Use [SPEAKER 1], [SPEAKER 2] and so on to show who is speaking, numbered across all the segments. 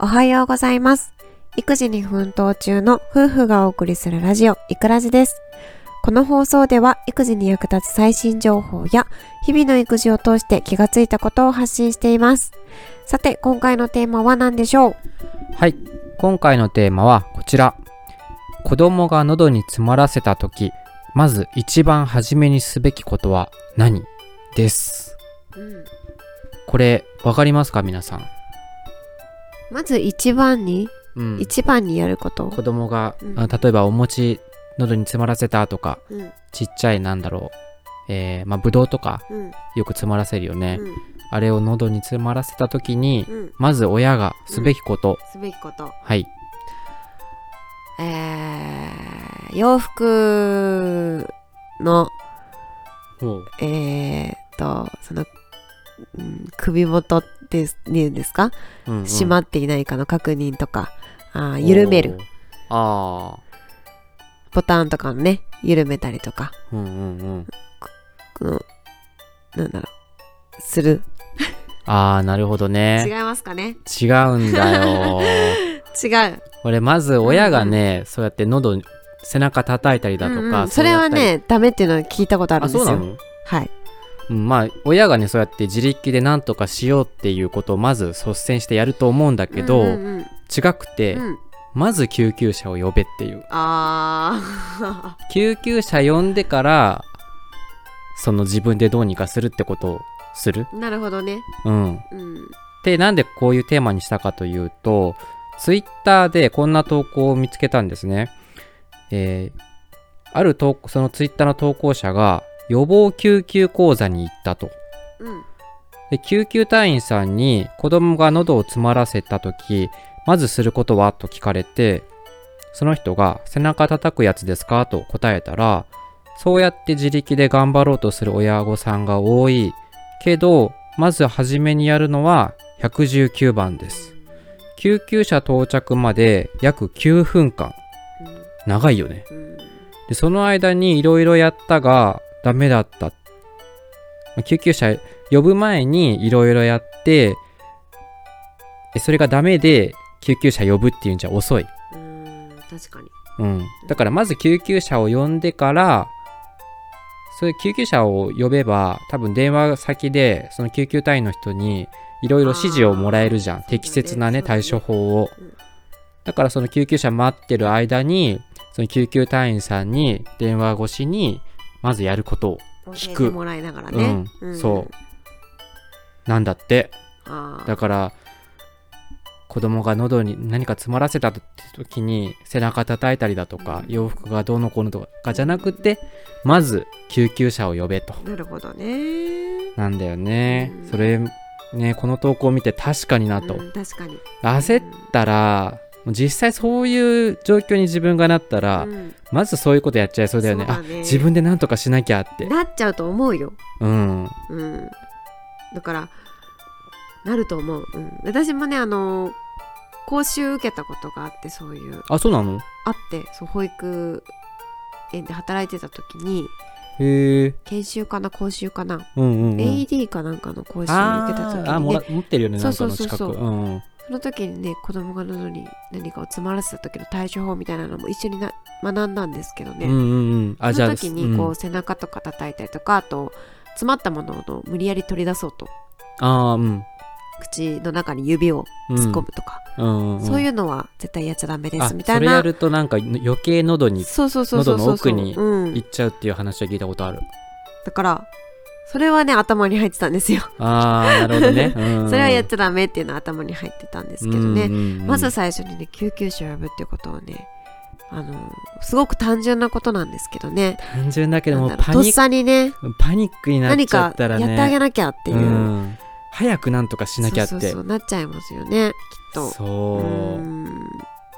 [SPEAKER 1] おはようございます。育児に奮闘中の夫婦がお送りするラジオ、いくらじです。この放送では育児に役立つ最新情報や日々の育児を通して気がついたことを発信しています。さて、今回のテーマは何でしょう
[SPEAKER 2] はい今回のテーマはこちら子供が喉に詰まらせた時まず一番初めにすべきことは何ですこれわかりますか皆さん、
[SPEAKER 1] まず一番に、
[SPEAKER 2] うん、
[SPEAKER 1] 一番にやること。
[SPEAKER 2] 子供が、
[SPEAKER 1] うん
[SPEAKER 2] あ例えばお餅喉に詰まらせたとか
[SPEAKER 1] うん、
[SPEAKER 2] ちっちゃいなんだろうえー、まあぶどうとか
[SPEAKER 1] うん、
[SPEAKER 2] よく詰まらせるよね、
[SPEAKER 1] うん、
[SPEAKER 2] あれを喉に詰まらせた時に
[SPEAKER 1] うん、
[SPEAKER 2] まず親がすべきこと、
[SPEAKER 1] すべきこと。
[SPEAKER 2] はい
[SPEAKER 1] えー、洋服のえー、っと、その、うん首元ですっていうんですか、
[SPEAKER 2] うんうん
[SPEAKER 1] 締まっていないかの確認とか、あー緩める。
[SPEAKER 2] おーあ
[SPEAKER 1] ボタンとかをね、緩めたりとか、
[SPEAKER 2] あうんうんうん
[SPEAKER 1] この、なんだろう、する。
[SPEAKER 2] ああなるほどね
[SPEAKER 1] 違いますかね
[SPEAKER 2] 違うん だよ
[SPEAKER 1] 違う。
[SPEAKER 2] 俺まず親がね、そうやって喉背中叩いたりだとか、
[SPEAKER 1] うんうんそ
[SPEAKER 2] そう
[SPEAKER 1] れ
[SPEAKER 2] や
[SPEAKER 1] は
[SPEAKER 2] ったり
[SPEAKER 1] ね、ダメっていうのは聞いたことあるん
[SPEAKER 2] あ
[SPEAKER 1] です
[SPEAKER 2] そう
[SPEAKER 1] よ。
[SPEAKER 2] なの、
[SPEAKER 1] はい。
[SPEAKER 2] うん、まあ親がねそうやって自力で何とかしようっていうことをまず率先してやると思うんだけど、
[SPEAKER 1] うんうん
[SPEAKER 2] 違くて、
[SPEAKER 1] うんうん
[SPEAKER 2] まず救急車を呼べっていう
[SPEAKER 1] あ
[SPEAKER 2] 救急車呼んでからその自分でどうにかするってことをする
[SPEAKER 1] ー、 なるほどね。
[SPEAKER 2] うん
[SPEAKER 1] うん。
[SPEAKER 2] でなんでこういうテーマにしたかというとツイッターでこんな投稿を見つけたんですね、えーある投そのツイッターの投稿者が予防救急講座に行ったと
[SPEAKER 1] うん。
[SPEAKER 2] で救急隊員さんに子供が喉を詰まらせた時まずすることはと聞かれてその人が背中叩くやつですかと答えたらそうやって自力で頑張ろうとする親御さんが多いけどまず初めにやるのは119番です救急車到着まで約9分間長いよね
[SPEAKER 1] うん。
[SPEAKER 2] でその間にいろいろやったがダメだったまあ救急車呼ぶ前にいろいろやってえそれがダメで救急車呼ぶっていうんじゃ遅い、
[SPEAKER 1] うん。うん。確かに。
[SPEAKER 2] うん、だからまず救急車を呼んでからそれ救急車を呼べば多分電話先でその救急隊員の人にいろいろ指示をもらえるじゃん
[SPEAKER 1] あー
[SPEAKER 2] 適切なね
[SPEAKER 1] そうだね
[SPEAKER 2] 対処法を
[SPEAKER 1] うん
[SPEAKER 2] だからその救急車待ってる間にその救急隊員さんに電話越しにまずやることを、
[SPEAKER 1] 聞
[SPEAKER 2] 聞
[SPEAKER 1] く
[SPEAKER 2] く
[SPEAKER 1] もらいながらね、
[SPEAKER 2] うん
[SPEAKER 1] ん
[SPEAKER 2] そうなんだって
[SPEAKER 1] あ
[SPEAKER 2] だ
[SPEAKER 1] あ
[SPEAKER 2] から子供が喉に何か詰まらせた時に背中叩いたりだとか
[SPEAKER 1] うん
[SPEAKER 2] 洋服がどうのこうのとかじゃなくてまず救急車を呼べと
[SPEAKER 1] なるほどね
[SPEAKER 2] なんだよね
[SPEAKER 1] うん
[SPEAKER 2] それねこの投稿を見て確かになと
[SPEAKER 1] うん確かに
[SPEAKER 2] 焦ったらもう実際そういう状況に自分がなったら、
[SPEAKER 1] うん
[SPEAKER 2] まずそういうことやっちゃいそうだよね
[SPEAKER 1] そうだ
[SPEAKER 2] あ
[SPEAKER 1] ね
[SPEAKER 2] 自分で何とかしなきゃって
[SPEAKER 1] なっちゃうと思うよ、
[SPEAKER 2] うん
[SPEAKER 1] うん、だからなると思う、うん、私もねあの講習受けたことがあってそういう
[SPEAKER 2] あそうなの
[SPEAKER 1] あってそう保育園で働いてた時に
[SPEAKER 2] へえ
[SPEAKER 1] 研修かな講習かな、
[SPEAKER 2] うんうん、うん、
[SPEAKER 1] AED かなんかの講習を受けた時
[SPEAKER 2] あーあー
[SPEAKER 1] に
[SPEAKER 2] も
[SPEAKER 1] ね
[SPEAKER 2] ら持ってるよねなんかの
[SPEAKER 1] そうそう
[SPEAKER 2] 近く
[SPEAKER 1] そうそう
[SPEAKER 2] うんうん
[SPEAKER 1] その時にね子供が喉に何かを詰まらせた時の対処法みたいなのも一緒にな学んだんですけどね、
[SPEAKER 2] うんうんうんあ
[SPEAKER 1] そ
[SPEAKER 2] じゃ
[SPEAKER 1] の
[SPEAKER 2] あ
[SPEAKER 1] 時にこう、
[SPEAKER 2] うん
[SPEAKER 1] 背中とか叩いたりとかあと詰まったものを無理やり取り出そうと
[SPEAKER 2] あーうん
[SPEAKER 1] 口の中に指を突っ込むとか、
[SPEAKER 2] うんうん
[SPEAKER 1] そういううのは絶対やっちゃダメで
[SPEAKER 2] あ
[SPEAKER 1] すみたい
[SPEAKER 2] それや
[SPEAKER 1] な
[SPEAKER 2] るとなんか余計喉に
[SPEAKER 1] そうそうそうそう
[SPEAKER 2] 喉
[SPEAKER 1] そ
[SPEAKER 2] の
[SPEAKER 1] う
[SPEAKER 2] 奥に
[SPEAKER 1] うん
[SPEAKER 2] 行、っちゃうっていう話は聞いたことある
[SPEAKER 1] だからそれはね頭に入ってたんですよ、
[SPEAKER 2] あーなるほどね、うんう ん
[SPEAKER 1] それはやっちゃダメっていうのは頭に入ってたんですけどね、
[SPEAKER 2] うんうんうん
[SPEAKER 1] まず最初にね救急車を呼ぶっていうことをねあのすごく単純なことなんですけどね
[SPEAKER 2] 単純だけども
[SPEAKER 1] な
[SPEAKER 2] うん
[SPEAKER 1] だろ
[SPEAKER 2] パ
[SPEAKER 1] うとっ
[SPEAKER 2] ニック
[SPEAKER 1] さにね
[SPEAKER 2] パニックになっ
[SPEAKER 1] 何
[SPEAKER 2] ちゃ
[SPEAKER 1] か
[SPEAKER 2] った
[SPEAKER 1] や
[SPEAKER 2] ら
[SPEAKER 1] って
[SPEAKER 2] ね
[SPEAKER 1] あげなきゃっていう、
[SPEAKER 2] うん早くなんとかしなきゃって
[SPEAKER 1] そうそうそうなっちゃいますよねきっと
[SPEAKER 2] そうう、
[SPEAKER 1] ん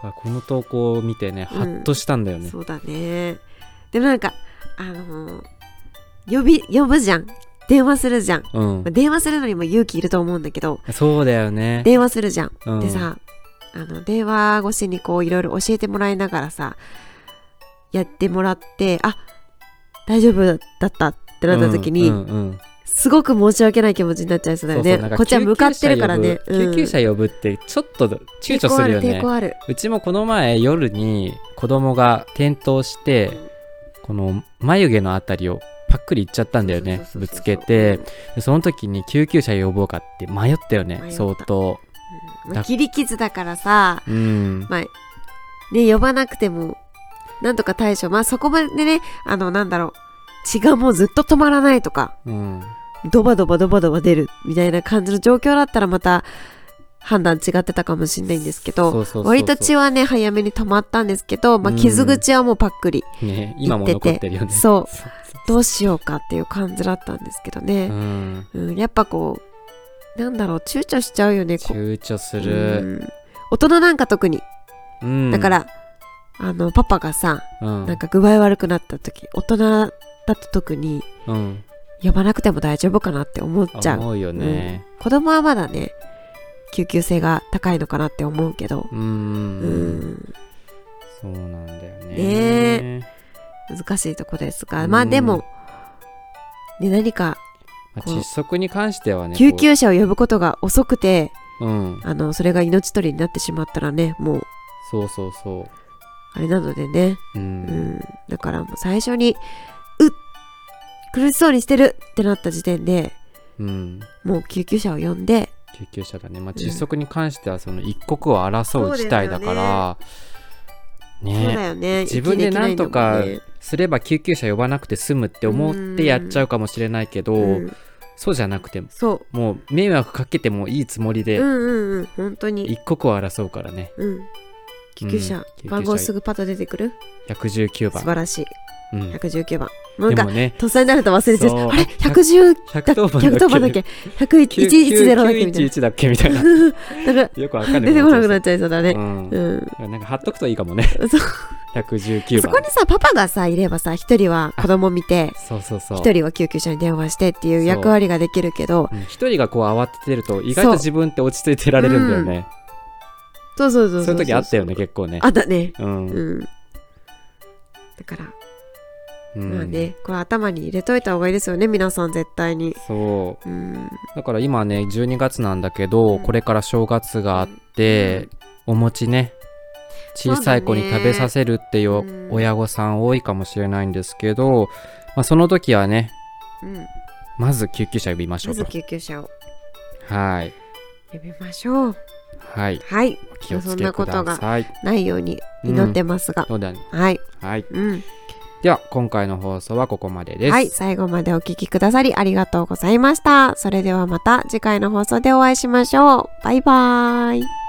[SPEAKER 2] あこの投稿を見てね
[SPEAKER 1] うん
[SPEAKER 2] ハッとしたんだよね、
[SPEAKER 1] そうだねでもなんかあのー呼び呼ぶじゃん電話するじゃん、ま
[SPEAKER 2] うん
[SPEAKER 1] あ、電話するのにも勇気いると思うんだけど
[SPEAKER 2] そうだよね
[SPEAKER 1] 電話するじゃん、
[SPEAKER 2] うん
[SPEAKER 1] でさあの電話越しにこういろいろ教えてもらいながらさやってもらってあ大丈夫だったってなった時に、
[SPEAKER 2] うんうんうん
[SPEAKER 1] すごく申し訳ない気持ちになっちゃいそうだよね。
[SPEAKER 2] そうそうなん
[SPEAKER 1] こっちは
[SPEAKER 2] 救急
[SPEAKER 1] 向かってるからね。
[SPEAKER 2] 車呼ぶ救急車呼ぶってちょっと躊躇するよ
[SPEAKER 1] 抵
[SPEAKER 2] ね
[SPEAKER 1] 抗。ある。
[SPEAKER 2] うちもこの前夜に子供が転倒してこの眉毛のあたりをパックリいっちゃったんだよね
[SPEAKER 1] そうそう
[SPEAKER 2] ぶ
[SPEAKER 1] そう
[SPEAKER 2] つ
[SPEAKER 1] そう
[SPEAKER 2] けてでその時に救急車呼ぼうかって迷ったよね
[SPEAKER 1] 迷った
[SPEAKER 2] 相当
[SPEAKER 1] うんまあ切り傷だからさ、
[SPEAKER 2] うん
[SPEAKER 1] まあ、ね、呼ばなくても、なんとか対処。まあそこまでね、あの、なんだろう、血がもうずっと止まらないとか、
[SPEAKER 2] うん
[SPEAKER 1] ドバドバドバドバ出るみたいな感じの状況だったらまた判断違ってたかもしれないんですけど、
[SPEAKER 2] そうそうそうそう
[SPEAKER 1] 割と血はね、早めに止まったんですけど、まあ
[SPEAKER 2] うん
[SPEAKER 1] 傷口はもうパックリ。
[SPEAKER 2] ね今も残ってるよね
[SPEAKER 1] そうどうしようかっていう感じだったんですけどね。
[SPEAKER 2] ん
[SPEAKER 1] うん、やっぱこう、なんだろう、躊躇しちゃうよね、こ
[SPEAKER 2] 躊躇す
[SPEAKER 1] う
[SPEAKER 2] る
[SPEAKER 1] ん大人なんか特に。
[SPEAKER 2] うん
[SPEAKER 1] だから、あの、パパがさ、
[SPEAKER 2] うん
[SPEAKER 1] なんか具合悪くなった時、大人だと特に、
[SPEAKER 2] うん
[SPEAKER 1] 呼ばなくても大丈夫かなって思っちゃう。
[SPEAKER 2] 思うよね
[SPEAKER 1] 子供はまだね、救急性が高いのかなって思うけど、
[SPEAKER 2] うん
[SPEAKER 1] う
[SPEAKER 2] うん
[SPEAKER 1] ん、
[SPEAKER 2] そうなんだよね
[SPEAKER 1] ね難しいとこですが、まあ
[SPEAKER 2] うん
[SPEAKER 1] でも、ね、何か
[SPEAKER 2] まあ
[SPEAKER 1] こう
[SPEAKER 2] 窒息に関してはね
[SPEAKER 1] 救急車を呼ぶことが遅くて、
[SPEAKER 2] こううん
[SPEAKER 1] あの、それが命取りになってしまったらね、もう、
[SPEAKER 2] そうそうそ
[SPEAKER 1] あれなのでね、
[SPEAKER 2] うう
[SPEAKER 1] うんん、だからもう最初に、うっ、苦しそうにしてるってなった時点で、
[SPEAKER 2] うん
[SPEAKER 1] もう救急車を呼んで、
[SPEAKER 2] 救急車だね、ま
[SPEAKER 1] う
[SPEAKER 2] あ、
[SPEAKER 1] ん
[SPEAKER 2] 窒息に関してはその一刻を争う事態だからね
[SPEAKER 1] そうだよね、
[SPEAKER 2] 自分で
[SPEAKER 1] 息きいのも
[SPEAKER 2] なんとか
[SPEAKER 1] ね
[SPEAKER 2] すれば救急車呼ばなくて済むって思ってやっちゃうかもしれないけど、
[SPEAKER 1] うん
[SPEAKER 2] そうじゃなくて
[SPEAKER 1] そ
[SPEAKER 2] もう迷惑かけてもいいつもり
[SPEAKER 1] う、う
[SPEAKER 2] で
[SPEAKER 1] んうんうん、本当に、
[SPEAKER 2] 一刻を争うからね
[SPEAKER 1] うん、救急
[SPEAKER 2] う
[SPEAKER 1] 車
[SPEAKER 2] ん、救急車
[SPEAKER 1] 番号すぐパッと出てくる
[SPEAKER 2] 119
[SPEAKER 1] 素
[SPEAKER 2] 番、
[SPEAKER 1] 晴らしい
[SPEAKER 2] うん
[SPEAKER 1] 119番もう
[SPEAKER 2] で
[SPEAKER 1] なん
[SPEAKER 2] も
[SPEAKER 1] か
[SPEAKER 2] ね
[SPEAKER 1] とっさになると忘れて
[SPEAKER 2] そう
[SPEAKER 1] あれ110
[SPEAKER 2] 110番
[SPEAKER 1] 110番だっけ110だっけみたい
[SPEAKER 2] 911だっけみた
[SPEAKER 1] な
[SPEAKER 2] いな
[SPEAKER 1] なんか
[SPEAKER 2] よくわかんない
[SPEAKER 1] 出てこなくなっちゃいそうだ
[SPEAKER 2] う
[SPEAKER 1] ね
[SPEAKER 2] ん
[SPEAKER 1] う
[SPEAKER 2] だか
[SPEAKER 1] ん
[SPEAKER 2] らなんか貼っとくといいかもね
[SPEAKER 1] そう
[SPEAKER 2] 119
[SPEAKER 1] そ
[SPEAKER 2] 番
[SPEAKER 1] こにさパパがさいればさ一人は子供見て
[SPEAKER 2] そうそうそう
[SPEAKER 1] 一人は救急車に電話してっていう役割ができるけど
[SPEAKER 2] うん一人がこう慌ててると意外と自分って落ち着いてられるんだよね
[SPEAKER 1] そうそうそ
[SPEAKER 2] そうういう時あったよね結構ね
[SPEAKER 1] あったね
[SPEAKER 2] うんう
[SPEAKER 1] うんだから
[SPEAKER 2] ん
[SPEAKER 1] まあねこれ頭に入れといた方がいいですよね皆さん絶対に
[SPEAKER 2] そ
[SPEAKER 1] うん
[SPEAKER 2] うだから今ね12月なんだけど、
[SPEAKER 1] うん
[SPEAKER 2] これから正月があって、お餅ね小さい子に食べさせるってい
[SPEAKER 1] そうだね
[SPEAKER 2] う
[SPEAKER 1] うん
[SPEAKER 2] 親御さん多いかもしれないんですけど、まあ、その時はね
[SPEAKER 1] うんま
[SPEAKER 2] まず救急車呼びましょう
[SPEAKER 1] ず
[SPEAKER 2] と
[SPEAKER 1] 救急車を
[SPEAKER 2] はい
[SPEAKER 1] 呼びましょう
[SPEAKER 2] はい
[SPEAKER 1] はい
[SPEAKER 2] お気を
[SPEAKER 1] そ
[SPEAKER 2] つけく
[SPEAKER 1] んな
[SPEAKER 2] だ
[SPEAKER 1] こと
[SPEAKER 2] さい
[SPEAKER 1] ないように祈ってますが、
[SPEAKER 2] そうだね
[SPEAKER 1] はい、
[SPEAKER 2] はい
[SPEAKER 1] うん、
[SPEAKER 2] では今回の放送はここまでです、
[SPEAKER 1] はい、最後までお聞きくださりありがとうございました。それではまた次回の放送でお会いしましょう。バイバーイ。